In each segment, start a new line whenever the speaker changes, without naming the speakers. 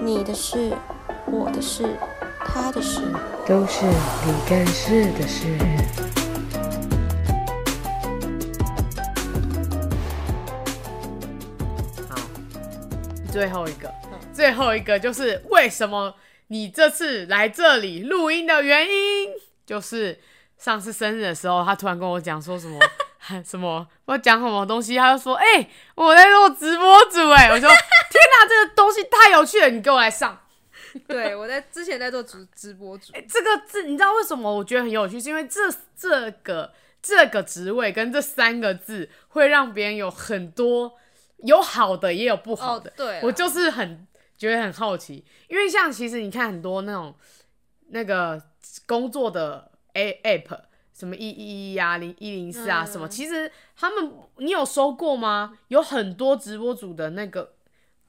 你的事、我的事、他的事。
都是你干事的事。好，最后一个，最后一个就是为什么你这次来这里录音的原因，就是上次生日的时候，他突然跟我讲说什么 什么，我讲什么东西，他就说：“哎、我在做直播主。”哎，我说：“天哪、这个东西太有趣了，你给我来上。”
对，我在之前在做直直播主，
这个这你知道为什么我觉得很有趣？是因为这这个这个职位跟这三个字会让别人有很多有好的也有不好的。
哦对啊
我就是很觉得很好奇，因为像其实你看很多那种那个工作的 A app，什么一一一啊、零一零四啊
嗯
什么，其实他们你有收过吗？有很多直播主的那个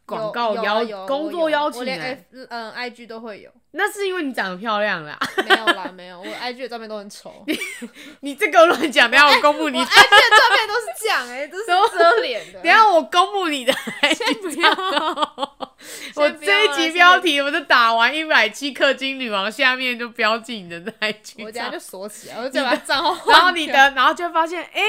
广告
有有
邀、
啊有
工
我
作
有
邀请、
我连
欸
F 嗯 IG 都会有，
那是因为你长得漂亮啦。
没有啦，没有，我 IG 的照片都 很丑，我 IG
你这个乱讲，等一下我公布你，
的照片都是这样哎，都是遮脸的。
等一下我公布你的
先不要，
我
先不要
这
啦
一集标，题我就打完一百七氪金女王，下面就标记你的那一
先不
句
要我等
账
下就锁起来，我就再把账号换 掉。
然后你的，然后就会发现，哎、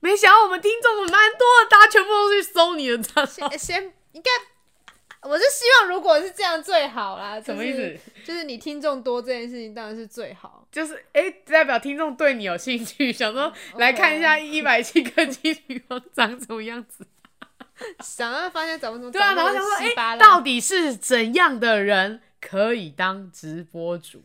没想到我们听众蛮多的，大家全部都去搜你的账号，
先先应该，我是希望如果是这样最好啦。
什么意思？
就是你听众多这件事情当然是最好。
就是哎、诶代表听众对你有兴趣，想说
哦
来看一下一百七氪金女王长什么样 子。
想要发现找不出，
啊对啊，然后想说，
哎、
哎、到底是怎样的人可以当直播主？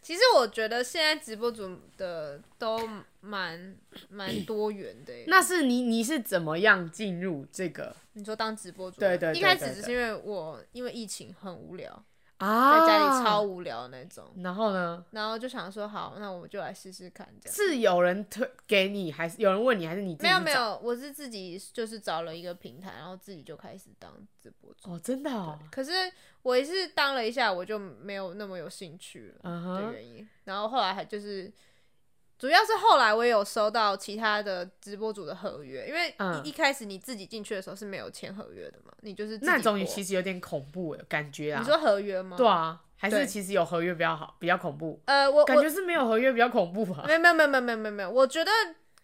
其实我觉得现在直播主的都蛮蛮多元的耶。欸
那是你你是怎么样进入这个
你说当直播主吗，
对对对
一开
对
始只是因为我因为疫情很无聊，
啊
在家里超，无聊那种，
然后呢？
然后就想说好，那我就来试试看这样。
是有人推给你，还是有人问你，还是你自己
没有没
找？
有，我是自己就是找了一个平台，然后自己就开始当直播主。
哦，真的哦，
可是我也是当了一下，我就没有那么有兴趣了
嗯
的
哼，
原因。然后后来还就是，主要是后来我也有收到其他的直播主的合约，因为一、
嗯
一开始你自己进去的时候是没有签合约的嘛，你就是自己
那种
播
其实有点恐怖诶，感觉啊。
你说合约吗？
对啊，还是
对
其实有合约比较好，比较恐怖。
呃，我
感
我
觉是没有合约比较恐怖吧
没？有没有没有没有没有没有没有，我觉得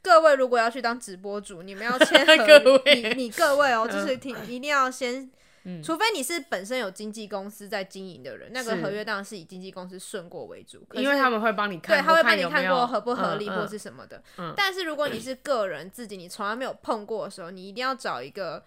各位如果要去当直播主，你们要 签合约
各位
你你各 位哦，就是挺一定要先。
嗯
除非你是本身有经纪公司在经营的人，那个
是
合约当然是以经纪公司顺过为主，可
因为
是
他们会帮你看，
对，他会帮你
有没
看
有
过合不合理
嗯嗯
或是什么的。
嗯
但是如果你是个人自己，你从来没有碰过的时候，你一定要找一个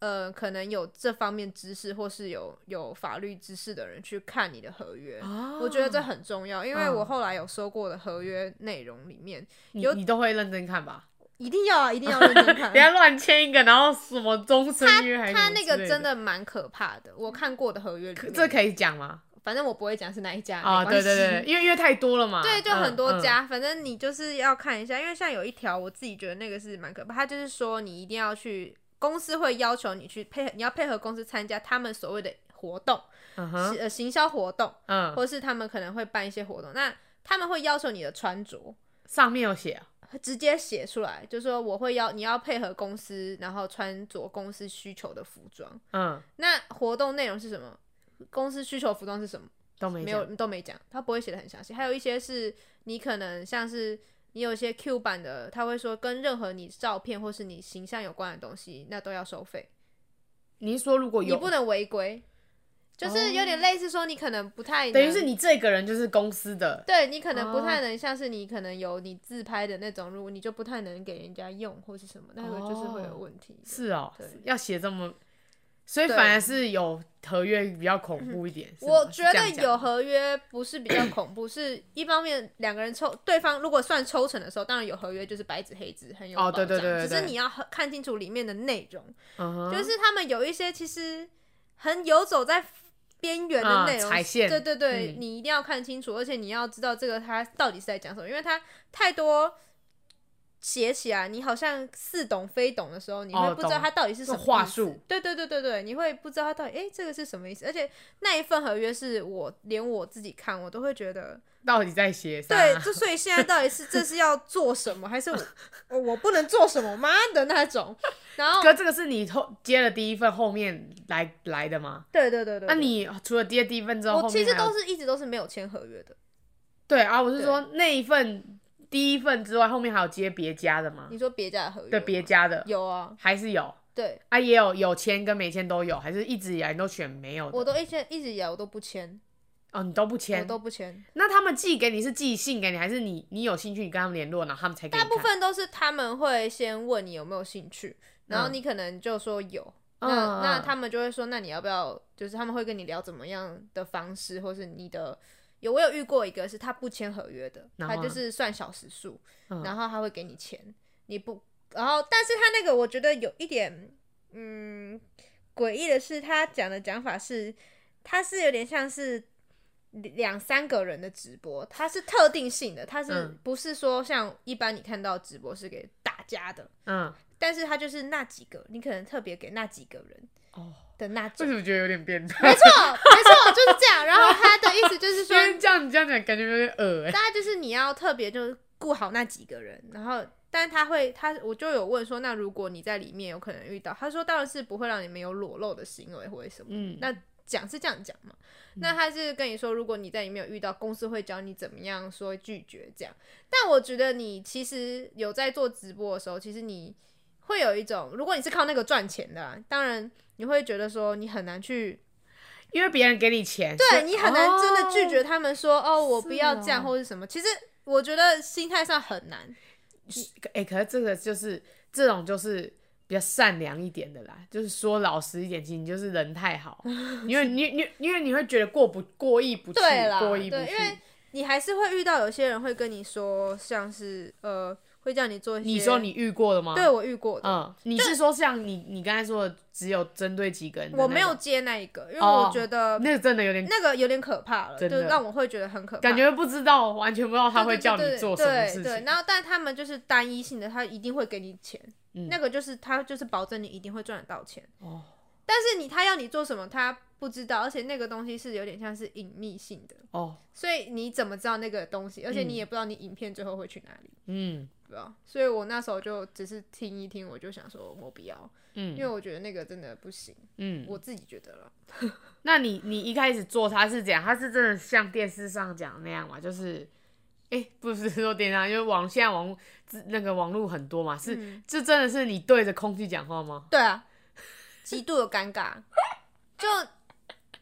呃，可能有这方面知识或是有有法律知识的人去看你的合约。
啊
我觉得这很重要，因为我
嗯
后来有收过的合约内容里面，
你
有
你都会认真看吧？
一定要啊，一定要认真 看
不。要乱签一个，然后什么终身约还是什
他
么
那个
之类
真
的，
的蛮可怕的，我看过的合约里
可
面，
这可以讲吗？
反正我不会讲是哪一家
啊，
没
对
关
对
系
对，因为因为太多了嘛。
对，就
嗯
很多
嗯
家，反正你就是要看一下，因为像有一条我自己觉得那个是蛮可怕，它就是说你一定要去，公司会要求你去配合，你要配合公司参加他们所谓的活动，
嗯
行
哼，
呃行销活动，
嗯，
或是他们可能会办一些活动，那他们会要求你的穿着。
上面有写啊，
直接写出来，就说我会要你要配合公司，然后穿着公司需求的服装。
嗯，
那活动内容是什么？公司需求服装是什么？
都没
没
讲
有都没讲，他不会写的很详细。还有一些是你可能像是你有一些 Q 版的，他会说跟任何你照片或是你形象有关的东西，那都要收费，
你是说如果
你
有，哦
不能违规，就是有点类似说你可能不太能
等于是。你这个人就是公司的，
对你可能不太
哦
能像是你可能有你自拍的那种，如果你就不太能给人家用或是什么，那个就是会有
哦
问题的。
是哦
对，
要写这么，所以
对嗯
反而是有合约比较恐怖一点。是吗
我觉
是这
得
样讲
有合约不是比较恐怖， 是一方面两个人抽，对方如果算抽成的时候，当然有合约就是白纸黑字，很有
哦
保障
对对对对
只是
对
你要很看清楚里面的内容，
嗯哼
就是他们有一些其实很游走在边缘的
啊
内容，
踩线
对对对，
嗯
你一定要看清楚，而且你要知道这个他到底是在讲什么，因为他太多写起来，你好像似懂非懂的时候，你会
哦
不知道
懂
它到底是
这
什么
种话
意思
术。
对对对对对，你会不知道它到底诶这个是什么意思，而且那一份合约是我连我自己看我都会觉 得，
到底在写啥？
对，就所以现在到底是这是要做什么，还是我 我我不能做什么妈的那种，然后
哥，这个是你后接了第一份后面来来的吗？
对对对对，
那、
对
你除了接第一份之后，
我
后
其
面
实
还有
都是一直都是没有签合约的，
对啊，我是
对
说那一份第一份之外，后面还有接别家的吗？
你说别家的合约吗，
对，别家的
有啊，
还是有
对
啊，也有有签跟没签都有，还是一直以来你都选没有的？
我都一签一直以来我都不签，
哦，你都不
我
签，
都不签，
那他们寄给你是寄信给你，还是你你有兴趣你跟他们联络，然后他们才给你看？
大部分都是他们会先问你有没有兴趣，然后
嗯
你可能就说有。
嗯
那那
嗯
他们就会说，那你要不要？就是他们会跟你聊怎么样的方式，或是你的有我有遇过一个是他不签合约的，
然
他
后
就
呢
是算小时数，
嗯
然后他会给你钱，你不，然后但是他那个我觉得有一点嗯诡异的是，他讲的讲法是，他是有点像是两三个人的直播，他是特定性的，他是
嗯
不是说像一般你看到直播是给大家的，
嗯，
但是他就是那几个，你可能特别给那几个人
哦，
的那种
为。什么觉得有点变态？
没错，没错，就是这样。然后他的意思就是
因
说，
为这样你这样讲感觉有点恶哎、
大概就是你要特别就是顾好那几个人，然后。但他会，他我就有问说，那如果你在里面有可能遇到，他说当然是不会让你们有裸露的行为或者什 么。
嗯，
那讲是这样讲嘛？那他是跟你说，如果你在里面有遇到，公司会教你怎么样说拒绝这样。但我觉得你其实有在做直播的时候，其实你会有一种，如果你是靠那个赚钱的、啊，当然你会觉得说你很难去，
因为别人给你钱，所
对
以
你很难真的拒绝他们说，哦，我不
是
要这样
哦
或是什么。其实我觉得心态上很难，
可哎、可是这个就是这种就是比较善良一点的啦，就是说老实一点，其实你就是人太好，因为你你因为你会觉得过不过意不去，
对啦，
过
对，
意不去
因。为你还是会遇到有些人会跟你说，像是呃，会叫你做一些，
你说你遇过了吗？
对，我遇过的，
嗯，你是说像你你刚才说的，只有针对几个人的那
我
种？
没有接那一个，因为
哦
我觉得
那个真的有点
那个有点可怕了，
真
就
的
让我会觉得很可怕，
感觉不知道，完全不知道他
对
会
对
叫
对
你
对
做什么事
对对，
情。
然后但他们就是单一性的，他一定会给你钱，
嗯
那个就是他就是保证你一定会赚得到钱。
哦，
但是你他要你做什么，他不知道，而且那个东西是有点像是隐秘性的，
哦，
所以你怎么知道那个东西？而且你
嗯
也不知道你影片最后会去哪里，
嗯
对吧？所以我那时候就只是听一听，我就想说我不要，因为
嗯
我觉得那个真的不行，
嗯。
我自己觉得了。
那你你一开始做他是怎样？他是真的像电视上讲的那样嘛？就是，哎、不是说电视上，因为网现在网络自那个网络很多嘛，是、
嗯
这真的是你对着空气讲话吗？
对啊，极度的尴尬，就。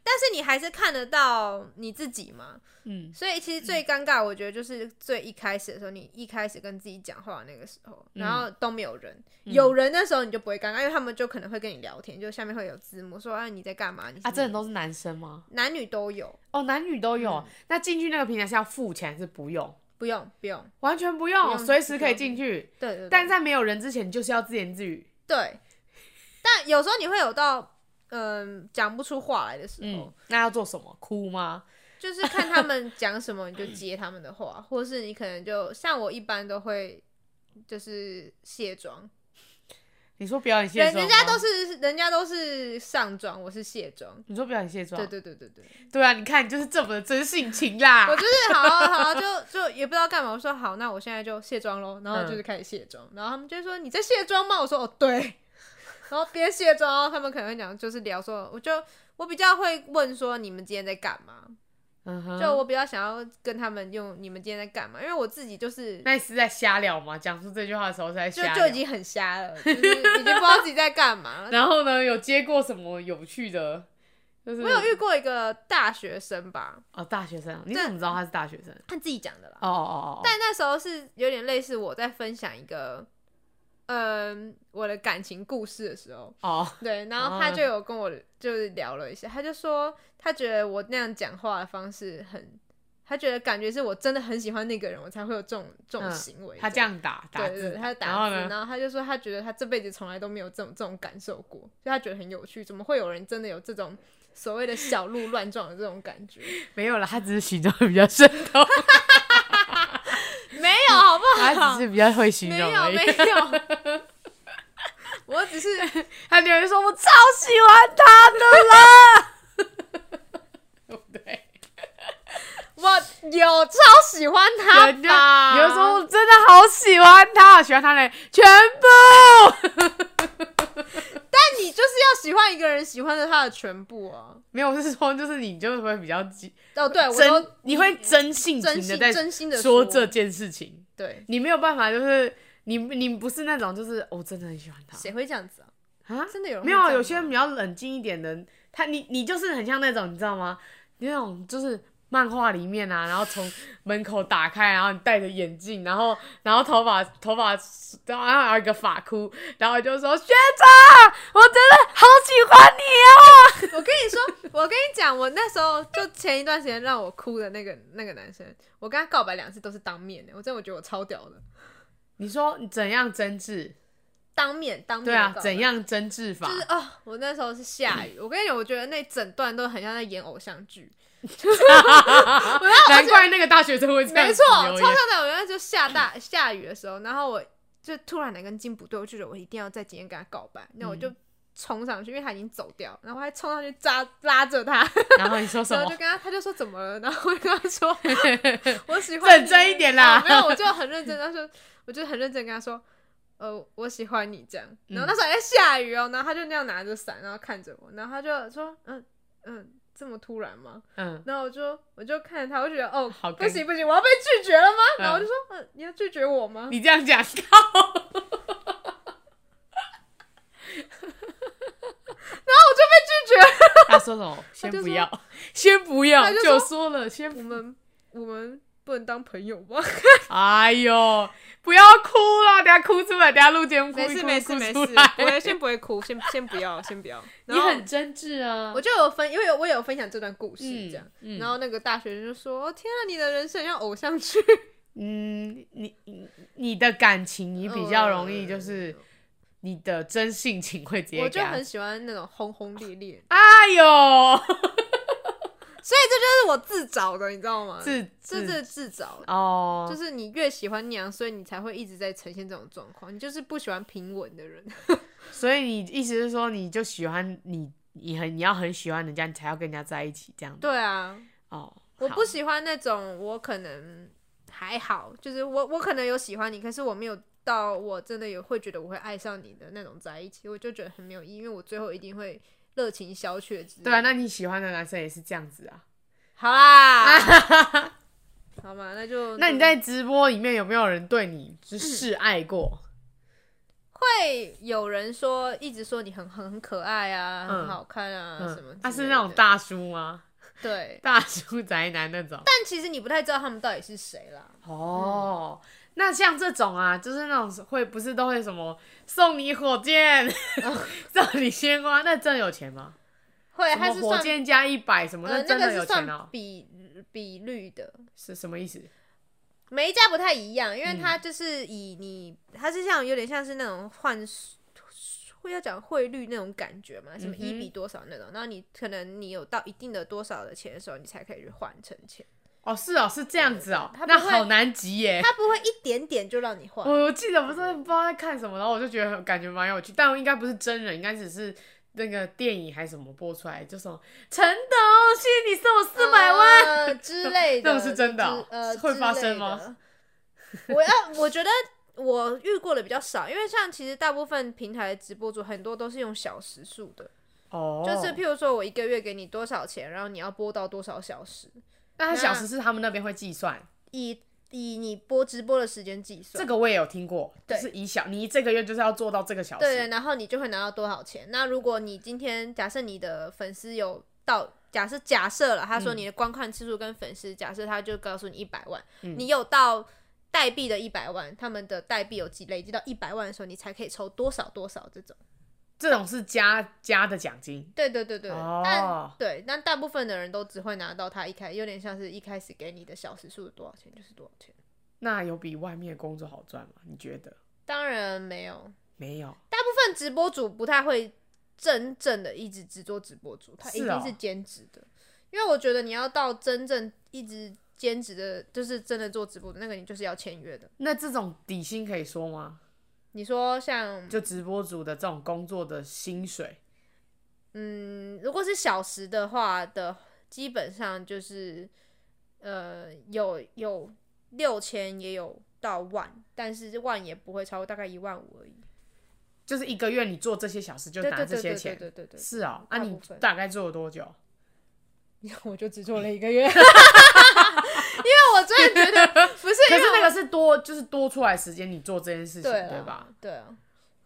但是你还是看得到你自己嘛，
嗯
所以其实最尴尬，我觉得就是最一开始的时候，你一开始跟自己讲话的那个时候，然后都没有人，有人的时候你就不会尴尬，因为他们就可能会跟你聊天，就下面会有字幕说啊你在干嘛，你是
啊，真的都是男生吗？
男女都有，
哦，男女都
嗯
有。那进去那个平台是要付钱还是不用？
不用不用，
完全不
不
用，
用
随时
不
可以
用
进去。
对对对，
但在没有人之前，你就是要自言自语。
对，但有时候你会有到嗯讲不出话来的时候，
嗯，那要做什么？哭吗？
就是看他们讲什么你就接他们的话，或是你可能就像我一般都会就是卸妆，
你说表演卸
人
妆吗，
人家都是人家都是上妆，我是卸妆。
你说表演卸妆，
对对对对对，
对啊，你看你就是这么的真性情啦
我。就是好啊好啊就就也不知道干嘛。我说好，那我现在就卸妆喽，然后
嗯
就是开始卸妆，然后他们就说你在卸妆吗？我说哦对， 然后边卸妆，然后他们可能会讲就是聊说，我就我比较会问说你们今天在干嘛，
嗯哼，
就我比较想要跟他们用你们今天在干嘛，因为我自己就是
那你是在瞎聊吗？讲出这句话的时候是在
就
瞎
就
聊。
已经很瞎了，就是已经不知道自己在干嘛 了。
然后呢，有接过什么有趣的？就是
我有遇过一个大学生吧，
哦，大学生，你
对
怎么知道他是大学生？
他自己讲的啦。
哦哦哦哦，
但那时候是有点类似我在分享一个，嗯，我的感情故事的时候，
哦，
对，然后他就有跟我就是聊了一下，他就说他觉得我那样讲话的方式很，他觉得感觉是我真的很喜欢那个人，我才会有这种这种
嗯
行为。
他这样打打
对对
字，
对，他
然
打
后
字，
呢？
然后他就说他觉得他这辈子从来都没有这种这种感受过，所以他觉得很有趣，怎么会有人真的有这种所谓的小鹿乱撞的这种感觉？
没有了，他只是形容得比较生动。
没有，好不
他只是比较会形
没
容
有
而已
没。有， 我只是
他留言说：“我超喜欢他的 啦。”对不对？
我有超喜欢他
人
吧，
家有人说我真的好喜欢他，喜欢他的全部。
但你就是要喜欢一个人，喜欢着他的全部啊。
没有，我是说，就是你就会比较真，
哦，对，我都
你会真性
真
情的
心
在
真心的
说这件事情，
对，
你没有办法，就是你你不是那种就是哦我、真的很喜欢他
谁会这样子啊？
啊，
真的有人
没有啊，
会这样吗
有些人比较冷静一点的，他你你就是很像那种，你知道吗？你那种就是漫画里面啊，然后从门口打开，然后你戴着眼镜，然后然后头发头发，然后还有一个发箍，然后就说学长，我真的好喜欢你哦
我跟你说， 我跟你讲，我那时候就前一段时间让我哭的那个那个男生，我跟他告白两次都是当面的，我真的我觉得我超屌的，
哦。你说你怎样争执？
当面当面
对啊
告，白
怎样争执法？
就是 哦，我那时候是 下雨，我跟你讲，我觉得那整段都很像在演偶像剧，
难怪那个大学生会这样
没
子
错，超
留
像
言
在我那就下大 下雨的时候，然后我就突然哪根筋不对，我就觉得我一定要在今天跟他告白，那我
嗯
就冲上去，因为他已经走掉，然后我还冲上去扎拉着他，
然后你说什
然后
么
就？跟他，他就说怎么了，然后我就跟 他说我喜欢你
认真一点啦
哦没有，我就很认真，他说我就很认真跟他说。呃，我喜欢你这样。
嗯
然后那时候还在下雨哦，然后他就那样拿着伞，然后看着我，然后他就说，嗯嗯，这么突然吗？
嗯，
然后我就我就看着他，我就觉得哦，
好
不
尴
行不行，我要被拒绝了吗？
嗯
然后我就说，嗯、你要拒绝 我吗？
你这样讲，靠！
拒绝。
他说什么？先
就
不
说
要，先不要，
他就
就说了，先
我
不。
们我们不能当朋友 吗？
哎呦，不要哭了，等下哭出来，等下录节目哭一哭哭出来
先不会哭，先先不要，先不要。
你很真挚啊
我，就有分，因为我有分享这段故事这样，
嗯嗯
然后那个大学生就说：“天啊，你的人生像偶像剧。
嗯，你你你的感情，你比较容易就是你的真性情会直”接
我就
给他
很喜欢那种轰轰烈烈，
哎呦，
所以这就是我自找的，你知道吗？
自
这
自
是自找的，
哦，
就是你越喜欢那样，所以你才会一直在呈现这种状况。你就是不喜欢平稳的人，
所以你意思是说，你就喜欢你，你很你要很喜欢人家，你才要跟人家在一起这样子
对啊，
哦。
我
好
不喜欢那种我可能还好，就是我我可能有喜欢你，可是我没有到我真的有会觉得我会爱上你的那种在一起，我就觉得很没有意义，因为我最后一定会热情消却之类的
对啊，那你喜欢的男生也是这样子啊？
好啦， 好嘛，那就
那你在直播里面有没有人对你是示爱过？
会有人说一直说你很很很可爱啊，
嗯
很好看啊、
嗯
什么之类的，
他、是那种大叔吗？
对，
大叔宅男那种？
但其实你不太知道他们到底是谁啦。
哦，那像这种啊，就是那种会不是都会什么送你火箭、 送你鲜花，那真的有钱吗？
会，
什
他
么
是
火
算
箭加一百什么？
呃那
真
个
的有
是
钱
算
哦、
比比率的，
是什么意思？
每一家不太一样，因为
嗯
它就是以你，它是像有点像是那种换会要讲汇率那种感觉嘛，什么
嗯哼
一比多少那种，然后你可能你有到一定的多少的钱的时候，你才可以去换成钱，
哦，是哦，是这样子哦，
对对对
那
他不会
好难集耶。
它不会一点点就让你换
我。我记得不是不知道在看什么，然后我就觉得感觉蛮有趣，但应该不是真人，应该只是那个电影还是什么播出来，就什么陈董，谢谢你送我四百万，
呃之类的，
那种是真的哦
之呃，
会发生吗
之类的？我要，我觉得我遇过的比较少，因为像其实大部分平台的直播主很多都是用小时数的，
哦，
就是譬如说我一个月给你多少钱，然后你要播到多少小时，
那他小时是他们那边会计算，
以以你播直播的时间计算。
这个我也有听过，就
对
是以小你这个月就是要做到这个小时，
对，然后你就会拿到多少钱。那如果你今天假设你的粉丝有到，假设假设了，他说你的观看次数跟粉丝，假设他就告诉你一百万，你有到代币的一百万，他们的代币有积累积到一百万的时候，你才可以抽多少多少这种。
这种是加加的奖金，
对对对对，
哦
但对，但大部分的人都只会拿到他一开，有点像是一开始给你的小时数多少钱就是多少钱。
那有比外面工作好赚吗？你觉得？
当然没有，
没有，
大部分直播主不太会真正的一直只做直播主，他一
是哦
定是兼职的，因为我觉得你要到真正一直兼职的，就是真的做直播的那个，你就是要签约的。
那这种底薪可以说吗？
你说像
就直播主的这种工作的薪水，
嗯，如果是小时的话的，基本上就是呃有有六千也有到万，但是万也不会超过大概一万五而已。
就是一个月你做这些小时就
对
拿
对
这
对
些
对
钱
对，对对对，
是哦。那
大
你
部分
大概做了多久？
我就只做了一 个月，因为我真的觉得不是
可是那个是多，就是多出来时间你做这件事情，
啊对
对
啦
吧？？
对啊，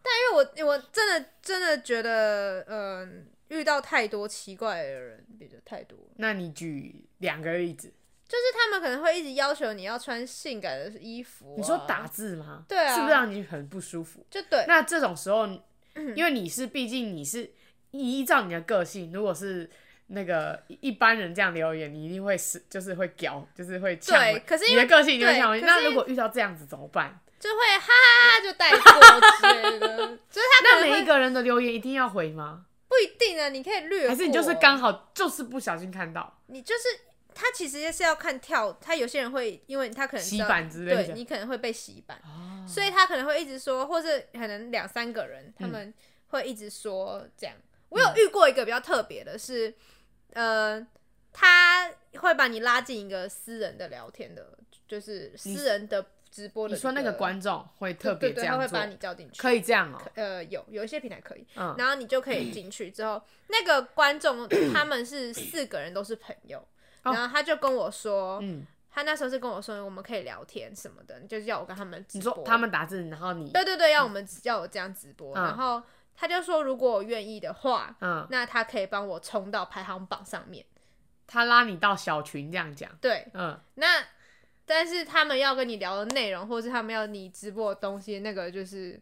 但因为我我真的真的觉得，嗯、遇到太多奇怪的人，比较太多了，
那你举两个例子，
就是他们可能会一直要求你要穿性感的衣服、
你说打，字吗？
对啊
是不是让你很不舒服？
就对，嗯
那这种时候，因为你是毕竟你是依照你的个性，如果是那个一一般人这样留言，你一定会是就是会屌，就是会呛回。
对可是因
你
为
的个性就会
对
呛回。
可是
那
因为
如果遇到这样子怎么办？
就会哈哈哈就带过之类的，就是他
那
可能
每
会
一个人的留言一定要回吗？
不一定啊，你可以略过，
还是你就是刚好就是不小心看到？
你就是他其实是要看跳，他有些人会因为他可能知道
洗版之类的
对你可能会被洗版，
嗯
所以他可能会一直说，或是可能两三个人他们会一直说这样。我有遇过一个比较特别的是，呃，他会把你拉进一个私人的聊天的，就是私人的直播的
你
一，
说那个观众会
对
特别
对
这
对，他
样
会
做
把，你叫进去，
可以这样哦、
呃，有有一些平台可以，
嗯
然后你就可以进去之后，那个观众他们是四个人都是朋友，
哦
然后他就跟我说，
嗯，
他那时候是跟我说我们可以聊天什么的，就是要我跟他们直
你
播，
说他们打字，然后你
对对对，要我们要我这样直播，
嗯
然后他就说如果我愿意的话，
嗯，
那他可以帮我冲到排行榜上面，
他拉你到小群这样讲，
对，
嗯，
那。但是他们要跟你聊的内容，或是他们要你直播的东西，那个就是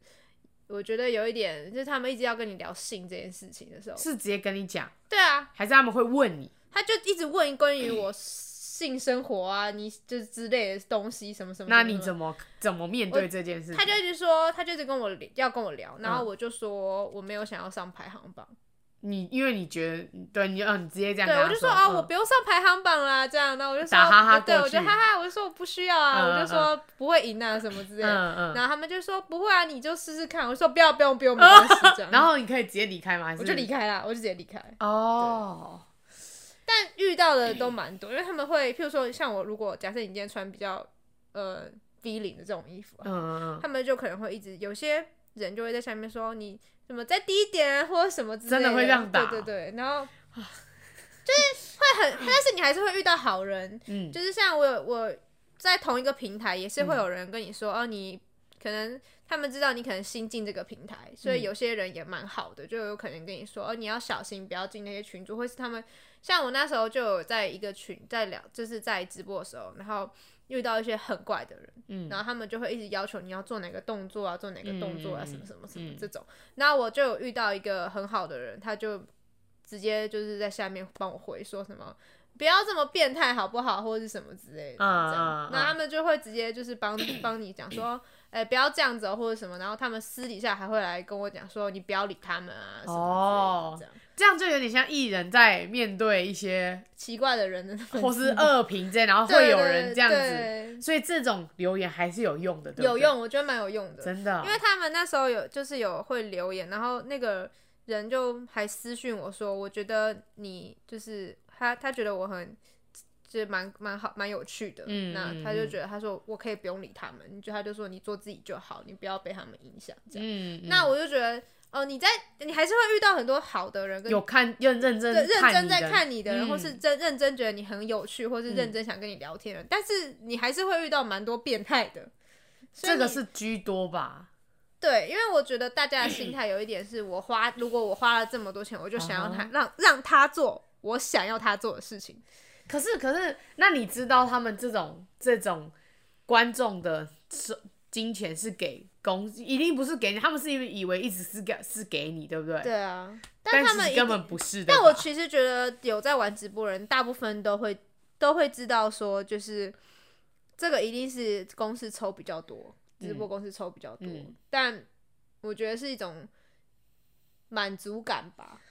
我觉得有一点，就是他们一直要跟你聊性这件事情的时候，
是直接跟你讲，
对啊，
还是他们会问你？
他就一直问关于我性生活啊，你就是之类的东西什么什么什么。
那你
么？
怎么怎么面对这件事情？
嗯他就一直说，他就一直跟我聊要跟我聊，然
嗯
后我就说我没有想要上排行榜，
你因为你觉得对你哦，你直接这样
对
跟
我
他
就说
嗯
啊、我不用上排行榜啦，这样，那我就说哦
打哈哈
对
过
我
去
就哈哈，我就说我不需要啊，
嗯
我就说不会赢啊什么之类的，
嗯嗯，
然后他们就说不会啊，你就试试看，我说不要不 用不用没关系这样，
然后你嗯可以直接离开吗？还是
嗯我就离开啦，我就直接离开。
哦，
但遇到的都蛮多，因为他们会，譬如说像我，如果假设你今天穿比较呃低领的这种衣服啊、
嗯嗯
他们就可能会一直有些人就会在下面说你怎么再低一点啊，或者什么之类
真的会这样打啊
对对对，然后就是会很，但是你还是会遇到好人，
嗯嗯，
就是像我有我在同一个平台也是会有人跟你说、哦，你可能他们知道你可能新进这个平台，所以有些人也蛮好的，就有可能跟你说哦，你要小心不要进那些群组，或是他们像我那时候就有在一个群在聊，就是在直播的时候，然后遇到一些很怪的人，
嗯
然后他们就会一直要求你要做哪个动作啊，做哪个动作啊，
嗯
什么什么什么
嗯
这种，然后我就有遇到一个很好的人，他就直接就是在下面帮我回说什么。不要这么变态好不好，或者是什么之类的，这
嗯
样
嗯，
那他们就会直接就 是帮帮你讲说，哎、不要这样子哦，或者什么，然后他们私底下还会来跟我讲说，你不要理他们啊，什么
哦
之类的，这样
这样就有点像艺人在面对一些
奇怪的人的粉丝，
或是恶评这样，然后
对
会有人这样，子，
对
所以这种留言还是有用的，对不
对
对
有，用，我觉得蛮有用的，
真的哦，
因为他们那时候有就是有会留言，然后那个人就还私讯我说，我觉得你就是他，他觉得我很就是蛮蛮好蛮有趣的，
嗯
那
嗯
他就
嗯
觉得他说我可以不用理他们，就他就说你做自己就好，你不要被他们影响这样。
嗯，嗯
那我就觉得哦、你在你还是会遇到很多好的人跟
有看认认真
对认真
你
在
的
看你的人，
嗯
或是真认真觉得你很有趣，或是认真想跟你聊天的人，但是你还是会遇到蛮多变态的。所以
这个
你
是居多吧？
对，因为我觉得大家的心态有一点是我花，如果我花了这么多钱，我就想要他、
啊哈
让让他做我想要他做的事情。
可是可是，那你知道他们这种这种观众的收金钱是给公，一定不是给你，他们是以为一直是给是给你，对不对？
对啊，
但
但他
其
们
实
一
根
定
本不是的吧。
但我其实觉得有在玩直播的人，大部分都会都会知道说，就是这个一定是公司抽比较多，直播公司抽比较多，
嗯
但我觉得是一种满足感吧。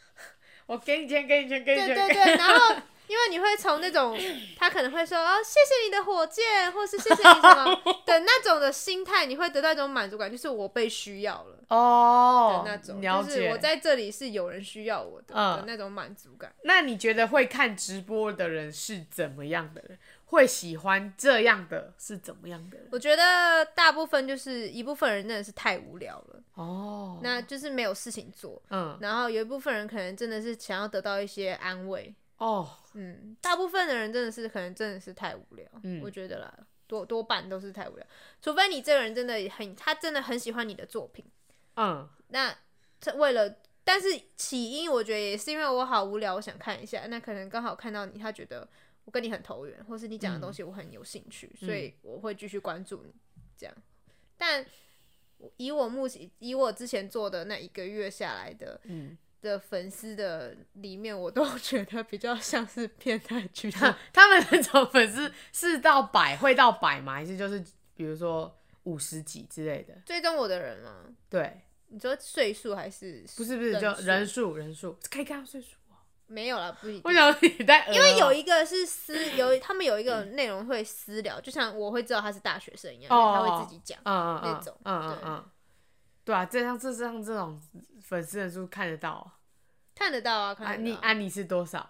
我给你钱，给你钱，给你
对
钱。
对对，然后因因为你会从那种他可能会说哦，谢谢你的火箭，或是谢谢你什 么的那种的心态，你会得到一种满足感，就是我被需要了的
哦
那种，
了
就是我
解。
在这里是有人需要我的、
嗯
的那种满足感。
那你觉得会看直播的人是怎么样的人？会喜欢这样的是怎么样的人？
我觉得大部分就是一部分人真的是太无聊了，
哦，
那就是没有事情做。
嗯，
然后有一部分人可能真的是想要得到一些安慰，
哦，
嗯，大部分的人真的是可能真的是太无聊，
嗯
我觉得啦，多多半都是太无聊，除非你这个人真的很，他真的很喜欢你的作品，
嗯，
那这为了，但是起因我觉得也是因为我好无聊，我想看一下，那可能刚好看到你，他觉得我跟你很投缘，或是你讲的
嗯
东西我很有兴趣，所以我会继续关注你这样。但我以我目前以我之前做的那一个月下来的，
嗯
的粉丝的里面，我都 觉得比较像是变态剧
他们那种粉丝是到百会到百吗？还是就是比如说五十几之类的？
追踪我的人吗？
对，
你说岁数还是
不是不是，就
数
人数人数可以看到岁数哦。
没有啦，不一定。
我想你在啊因
因为有一个是私有，他们有一个内容会私聊，就像我会知道他是大学生一样，因为他会自己讲。
嗯嗯嗯
那种
嗯嗯
对
嗯，对啊，这像这像这种粉丝人数看得到哦
看得到啊，
啊，
看得
你
到。
啊你是多少？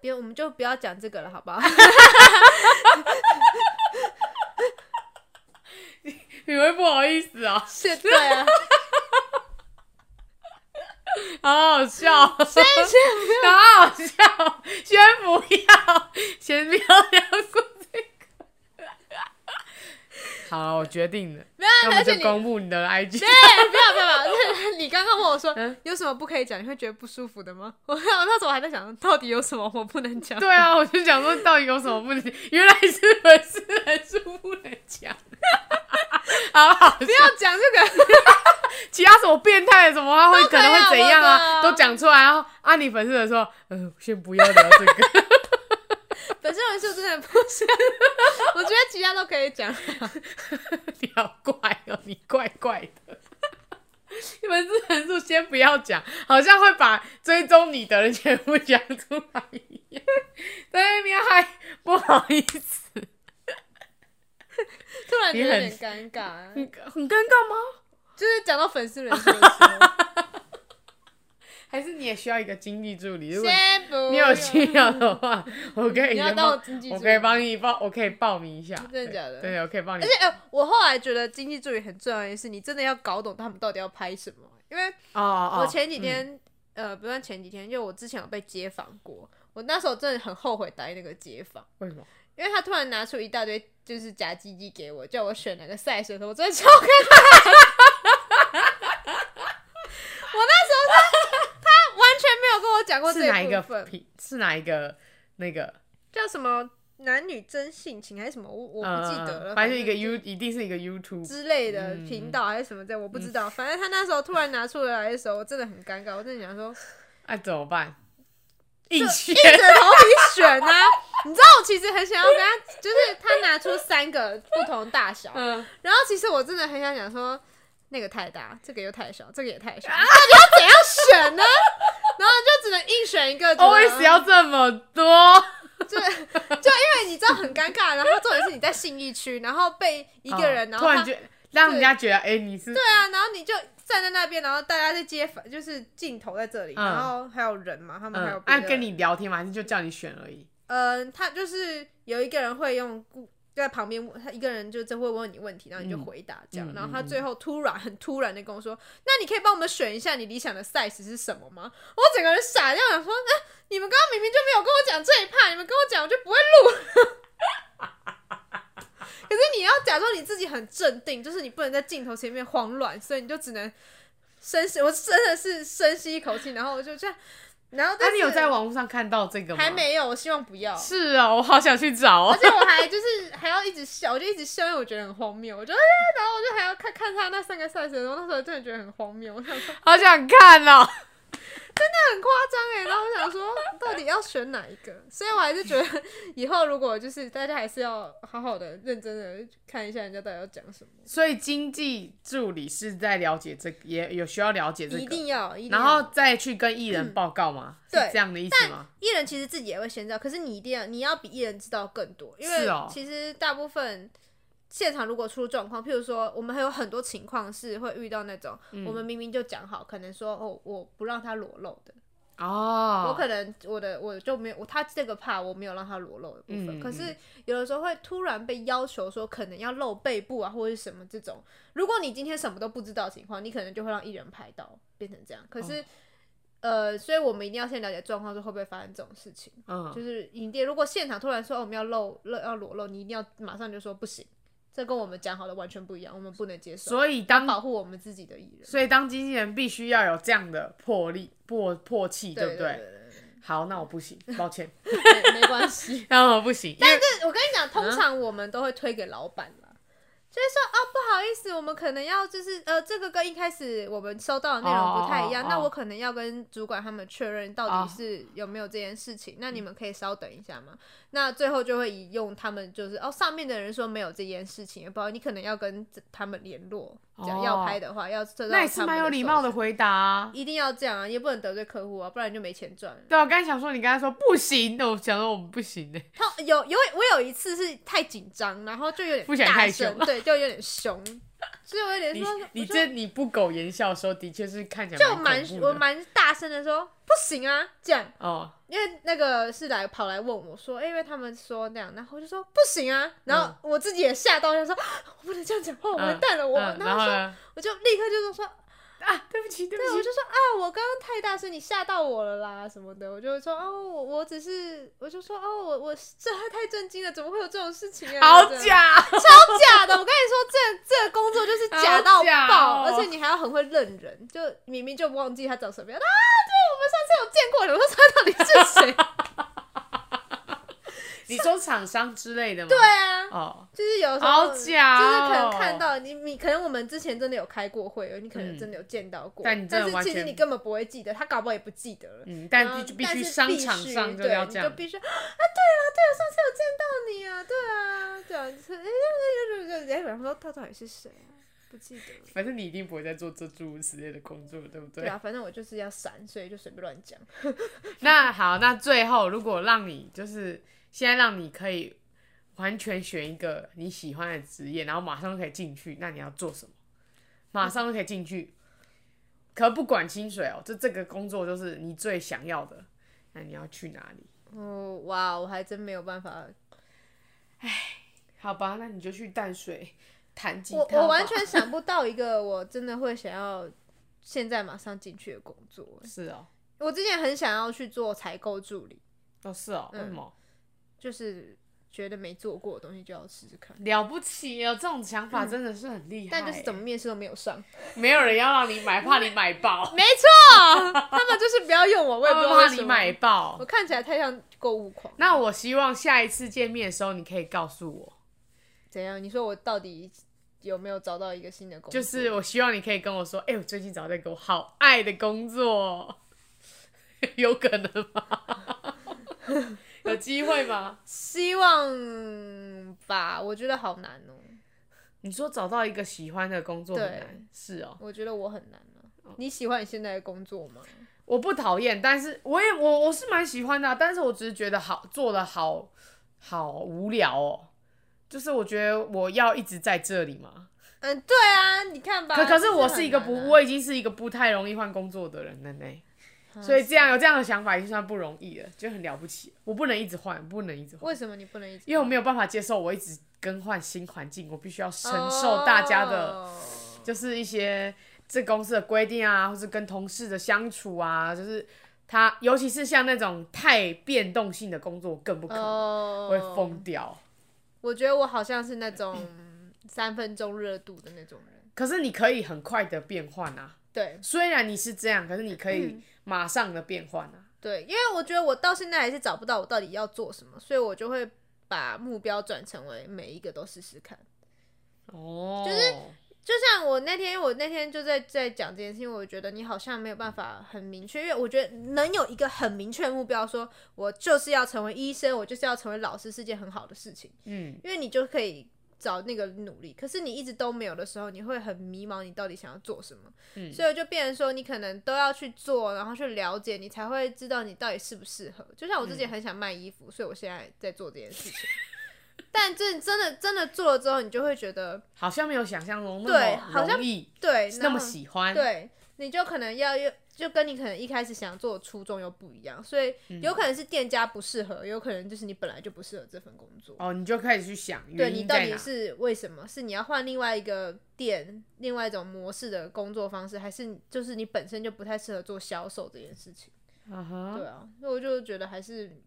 别，我们就不要讲这个了，好不 好？
你会不好意思啊，
是，对啊，
好好笑，谢谢，好好笑，先不要，先不要聊过这个。好了，我决定了，
没有啊，
那我
而
们
且
就
你，
公布你的 IG。
哎，不要不要不要，你 刚刚问我说
嗯
有什么不可以讲，你会觉得不舒服的吗？我我那时候还在想，到底有什么我不能讲？
对啊，我就想说，到底有什么不能？原来是粉丝人数不能讲，好好
不要讲这个，
其他什么变态什么，他会
都可
可
以啊
能会怎样啊，
我懂
都讲出来。然后啊，你粉丝的说，嗯、先不要聊这个。
本身人数真的不是，我觉得其他都可以讲。
你好怪哦，你怪怪的。 你们这人数先不要讲，好像会把追踪你的人全部讲出来一样，在那边还不好意 思，
突然觉得有
你
点尴尬，
很很尴尬吗？
就是讲到粉丝人数的时候，
还是你也需要一个经济助理？如果
先不
你有
用
需要的话，我可以
你要
帮
当我经济助
我
理
可以帮你报，我可以报名一下。
真的假的
对，对我可以帮你
而且，。哎、我后来觉得经济助理很重要的一是，你真的要搞懂他们到底要拍什么。因为
哦哦，
我前几
嗯
天，呃，不算前几天，就我之前有被街访过，我那时候真的很后悔答应那个街访，
为什么？
因为他突然拿出一大堆就是假鸡鸡给我，叫我选哪个赛事的时候，我真的超尴尬。 我那时候他他完全没有跟我讲过这
是哪一个
部分，
品？是哪一个那个？
叫什么男女真性情还是什么，我我不记得了，
呃反正一个
就
U 一定是一个 YouTube。
之类的
嗯
频道还是什么的，我不知道。反正他那时候突然拿出来的时候，我真的很尴尬，我真的想说，
那、哎怎么办？硬选
硬着头皮选啊！你知道我其实很想要跟他，就是他拿出三个不同大小，
嗯，
然后其实我真的很想讲说，那个太大，这个又太小，这个也太
啊
小，到底要怎样选呢？然后就只能硬选一个，
，always 要这么多，
就就因为你知道很尴尬，然后重点是你在信义区，然后被一个人，
哦
然
突
后他
然觉让人家觉得，哎、你是
对啊，然后你就站在那边，然后大家在街访，就是镜头在这里，
嗯
然后还有人嘛，他们还有
嗯，
别
啊，
的
跟，你聊天吗？还是就叫你选而已？
嗯，他就是有一个人会用故在旁边问，他一个人就就会问你问题，然后你就
嗯
回答这样，
嗯
然后
嗯
他
嗯
最后突然很突然的跟我说，那你可以帮我们选一下你理想的 size 是什么吗？我整个人傻掉，想说，哎、你们刚刚明明就没有跟我讲这一趴，你们跟我讲我就不会录了。 可是你要假装你自己很镇定，就是你不能在镜头前面慌乱，所以你就只能深吸，我真的是深吸一口气，然后我就这样，然后
那、
但
啊你有
是
在网络上看到这个吗？
还。没有，我希望不要。
是啊、我好想去找
而
哦。
且我还就是还要一直笑，我就一直笑，因为我觉得很荒谬。我就、哎然后我就还要看看他那三个赛事的时候，那时候真的觉得很荒谬。我想说，
好想看哦。
很夸张哎。然后我想说，到底要选哪一个？所以我还是觉得以后如果就是大家还是要好好的、认真的看一下人家到底要讲什么，
所以经济助理是在了解这个，也有需要了解这
一
个，
定要，一定要嗯
然后再去跟艺人报告嘛，是
对
这样的意思吗？
艺人其实自己也会先知道，可是你一定要你要比艺人知道更多，因为
是哦
其实大部分现场如果出状况，譬如说我们还有很多情况是会遇到那种、
嗯
我们明明就讲好，可能说哦我不让他裸露的，我
哦，
可能我的我就没有我他这个怕我没有让他裸露的部
嗯
分，可是有的时候会突然被要求说可能要露背部啊或者是什么这种，如果你今天什么都不知道的情况，你可能就会让艺人拍到变成这样，可
哦
是。呃，所以我们一定要先了解状况，说会不会发生这种事情。
嗯，
就是你店，如果现场突然说、哦我们要露露要裸露，你一定要马上就说不行，这跟我们讲好的完全不一样，我们不能接受，
所以当
保护我们自己的艺人，
所以当经纪人必须要有这样的魄力、魄魄气，对
对
不
对
对？好，那我不 行，抱歉，
对，没没关系。
那我不行，因为
但我跟你
嗯
讲，通常我们都会推给老板啦。就是说啊、不好意思，我们可能要就是呃，这个跟一开始我们收到的内容不太一样
哦哦哦
那我可能要跟主管他们确认到底
哦嗯
是有没有这件事情那你们可以稍等一下吗？那最后就会以用他们就是哦，上面的人说没有这件事情，不好，你可能要跟他们联络，这样
哦
要拍的话要这
那也是蛮有礼貌的，回答啊。
一定要这样啊，也不能得罪客户啊，不然就没钱赚了。
对，啊我刚才想说，你刚才说不行，那我想说我们不行欸呢。
他有有我有一次是太紧张，然后就有点
不想
大
太
声，
凶
对，就有点凶，所以我有点
你
哎说，
你
我
这你不苟言笑的时候，的确是看起来
就
蛮
蛮
恐怖
我
的
蛮大声的说不行啊，这样，
哦，
因为那个是来跑来问我说，哎因为他们说那样，然后我就说不行啊，然后我自己也吓到，就说啊我不能这样讲话，我完蛋了，
嗯
我然
然
后
后
说
呢？
我就立刻就 是说
啊，对不起，对
对，
不
我
起，
就说啊，我刚刚太大声，你吓到我了啦什么的。我就会说哦，我我只是，我就说哦，我我这太震惊了，怎么会有这种事情啊？
好
这样，
假，
超假的！我跟你说，这这个工作就是假到
好假
爆，
哦
而且你还要很会认人，就明明就忘记他长什么样啊。对，我们上次有见过你，我说他到底是谁？
你说厂商之类的吗？
对啊，
哦，
就是有时
好
候
假
就
哦，
是可能看到你，你可能我们之前真的有开过会，你可能真的有见到过，
嗯但你真的
是
完
其
全
实你根本不会记得，他搞不好也不记得了。
嗯，
然后
但必必
但
须
是
商
必
场
须
上就
对
要
你
这样
就，必须啊！对了，对了，上次有见到你啊，对啊，对啊，这样，哎，然后说他到底是谁啊？不记得了。
反正你一定不会再做这诸如此类的工作，对不对？
对啊，反正我就是要闪，所以就随便乱讲。
那好，那最后如果让你就是现在让你可以完全选一个你喜欢的职业，然后马上就可以进去，那你要做什么？马上就可以进去，可不管薪水哦，就这个工作就是你最想要的，那你要去哪里？
哦，哇，我还真没有办法，
好吧，那你就去淡水弹吉
我
他吧。
我完全想不到一个 我真的会想要现在马上进去的工作。
是哦，
我之前很想要去做采购助理，
哦是哦，
嗯
为什么？
就是觉得没做过的东西就要试试看，
了不起哦，这种想法真的是很厉害。欸
但就是怎么面试都没有 上。
没有人要让你买，怕你买爆，
没错，啊他们就是不要用我，我也不知道为
怕
什
你
么
买爆
我。看起来太像购物狂。
那我希望下一次见面的时候，你可以告诉我，
怎样？你说我到底有没有找到一个新的工作？
就是我希望你可以跟我说，哎、我最近找到一个我好爱的工作， 有可能 吗？有机会吗？
希望吧，我觉得好难哦、
你说找到一个喜欢的工作很
对
难，是哦，
我觉得我很难啊。你喜欢你现在的工作吗？
我不讨厌，但是我也我我是蛮喜欢的啊、但是我只是觉得好做的好好无聊哦，就是我觉得我要一直在这里嘛，
嗯，对啊，你看吧。
可可是我
就是是
一
很
个
难啊
不，我已经是一个不太容易换工作的人了呢，所以这样有这样的想法已经算不容易了，就很了不起了。我不能一直换，不能一直换，
为什么你不能一直？
因为我没有办法接受我一直更换新环境，我必须要承受大家的，
哦
就是一些这公司的规定啊，或是跟同事的相处啊，就是他，尤其是像那种太变动性的工作，我更不可能
哦
我会疯掉。
我觉得我好像是那种 三分钟热度的那种人。
可是你可以很快的变换啊，
对
虽然你是这样，可是你可以
嗯
马上的变换啊。
对，因为我觉得我到现在还是找不到我到底要做什么，所以我就会把目标转成为每一个都试试看。
哦，就是
就像我那天，因为我那天就在在讲这件事情，我觉得你好像没有办法很明确，因为我觉得能有一个很明确的目标说我就是要成为医生，我就是要成为老师，是件很好的事情，
嗯，
因为你就可以找那个努力。可是你一直都没有的时候，你会很迷茫，你到底想要做什么？
嗯
所以就变成说，你可能都要去做，然后去了解，你才会知道你到底适不适合。就像我之
嗯
前很想卖衣服，所以我现在在做这件事情。 但这真的真的做了之后，你就会觉得
好像没有想象中
对
那
好
么
像
容易，
对，
那么
然后
喜欢，
对，你就可能要又就跟你可能一开始想做的初衷又不一样，所以有可能是店家不适合，有可能就是你本来就不适合这份工作。
哦，你就开始去想
对
原
你
因
到
在
底
哪。
是为什么？是你要换另外一个店、另外一种模式的工作方式，还是就是你本身就不太适合做销售这件事情？
嗯哼
对啊，所以我就觉得还是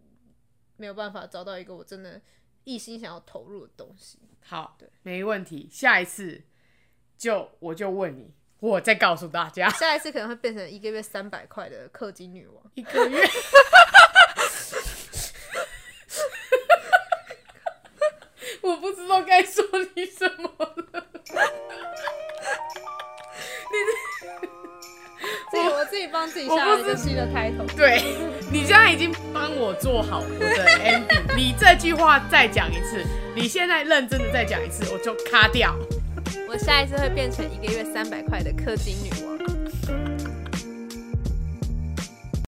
没有办法找到一个我真的一心想要投入的东西。
好
对，
没问题。下一次就我就问你，我再告诉大 家
下一次可能会变成一个月三百块的氪金女王。
一个月。 我不知道该说你什么了，
自己我自己帮自己
我
下
不
了一个
知
新的开头。
对你现在已经帮我做好我的 ending，你这句话再讲一次，你现在认真的再讲一次，我就卡掉。
我下一次会变成一个月三百块的氪金女王。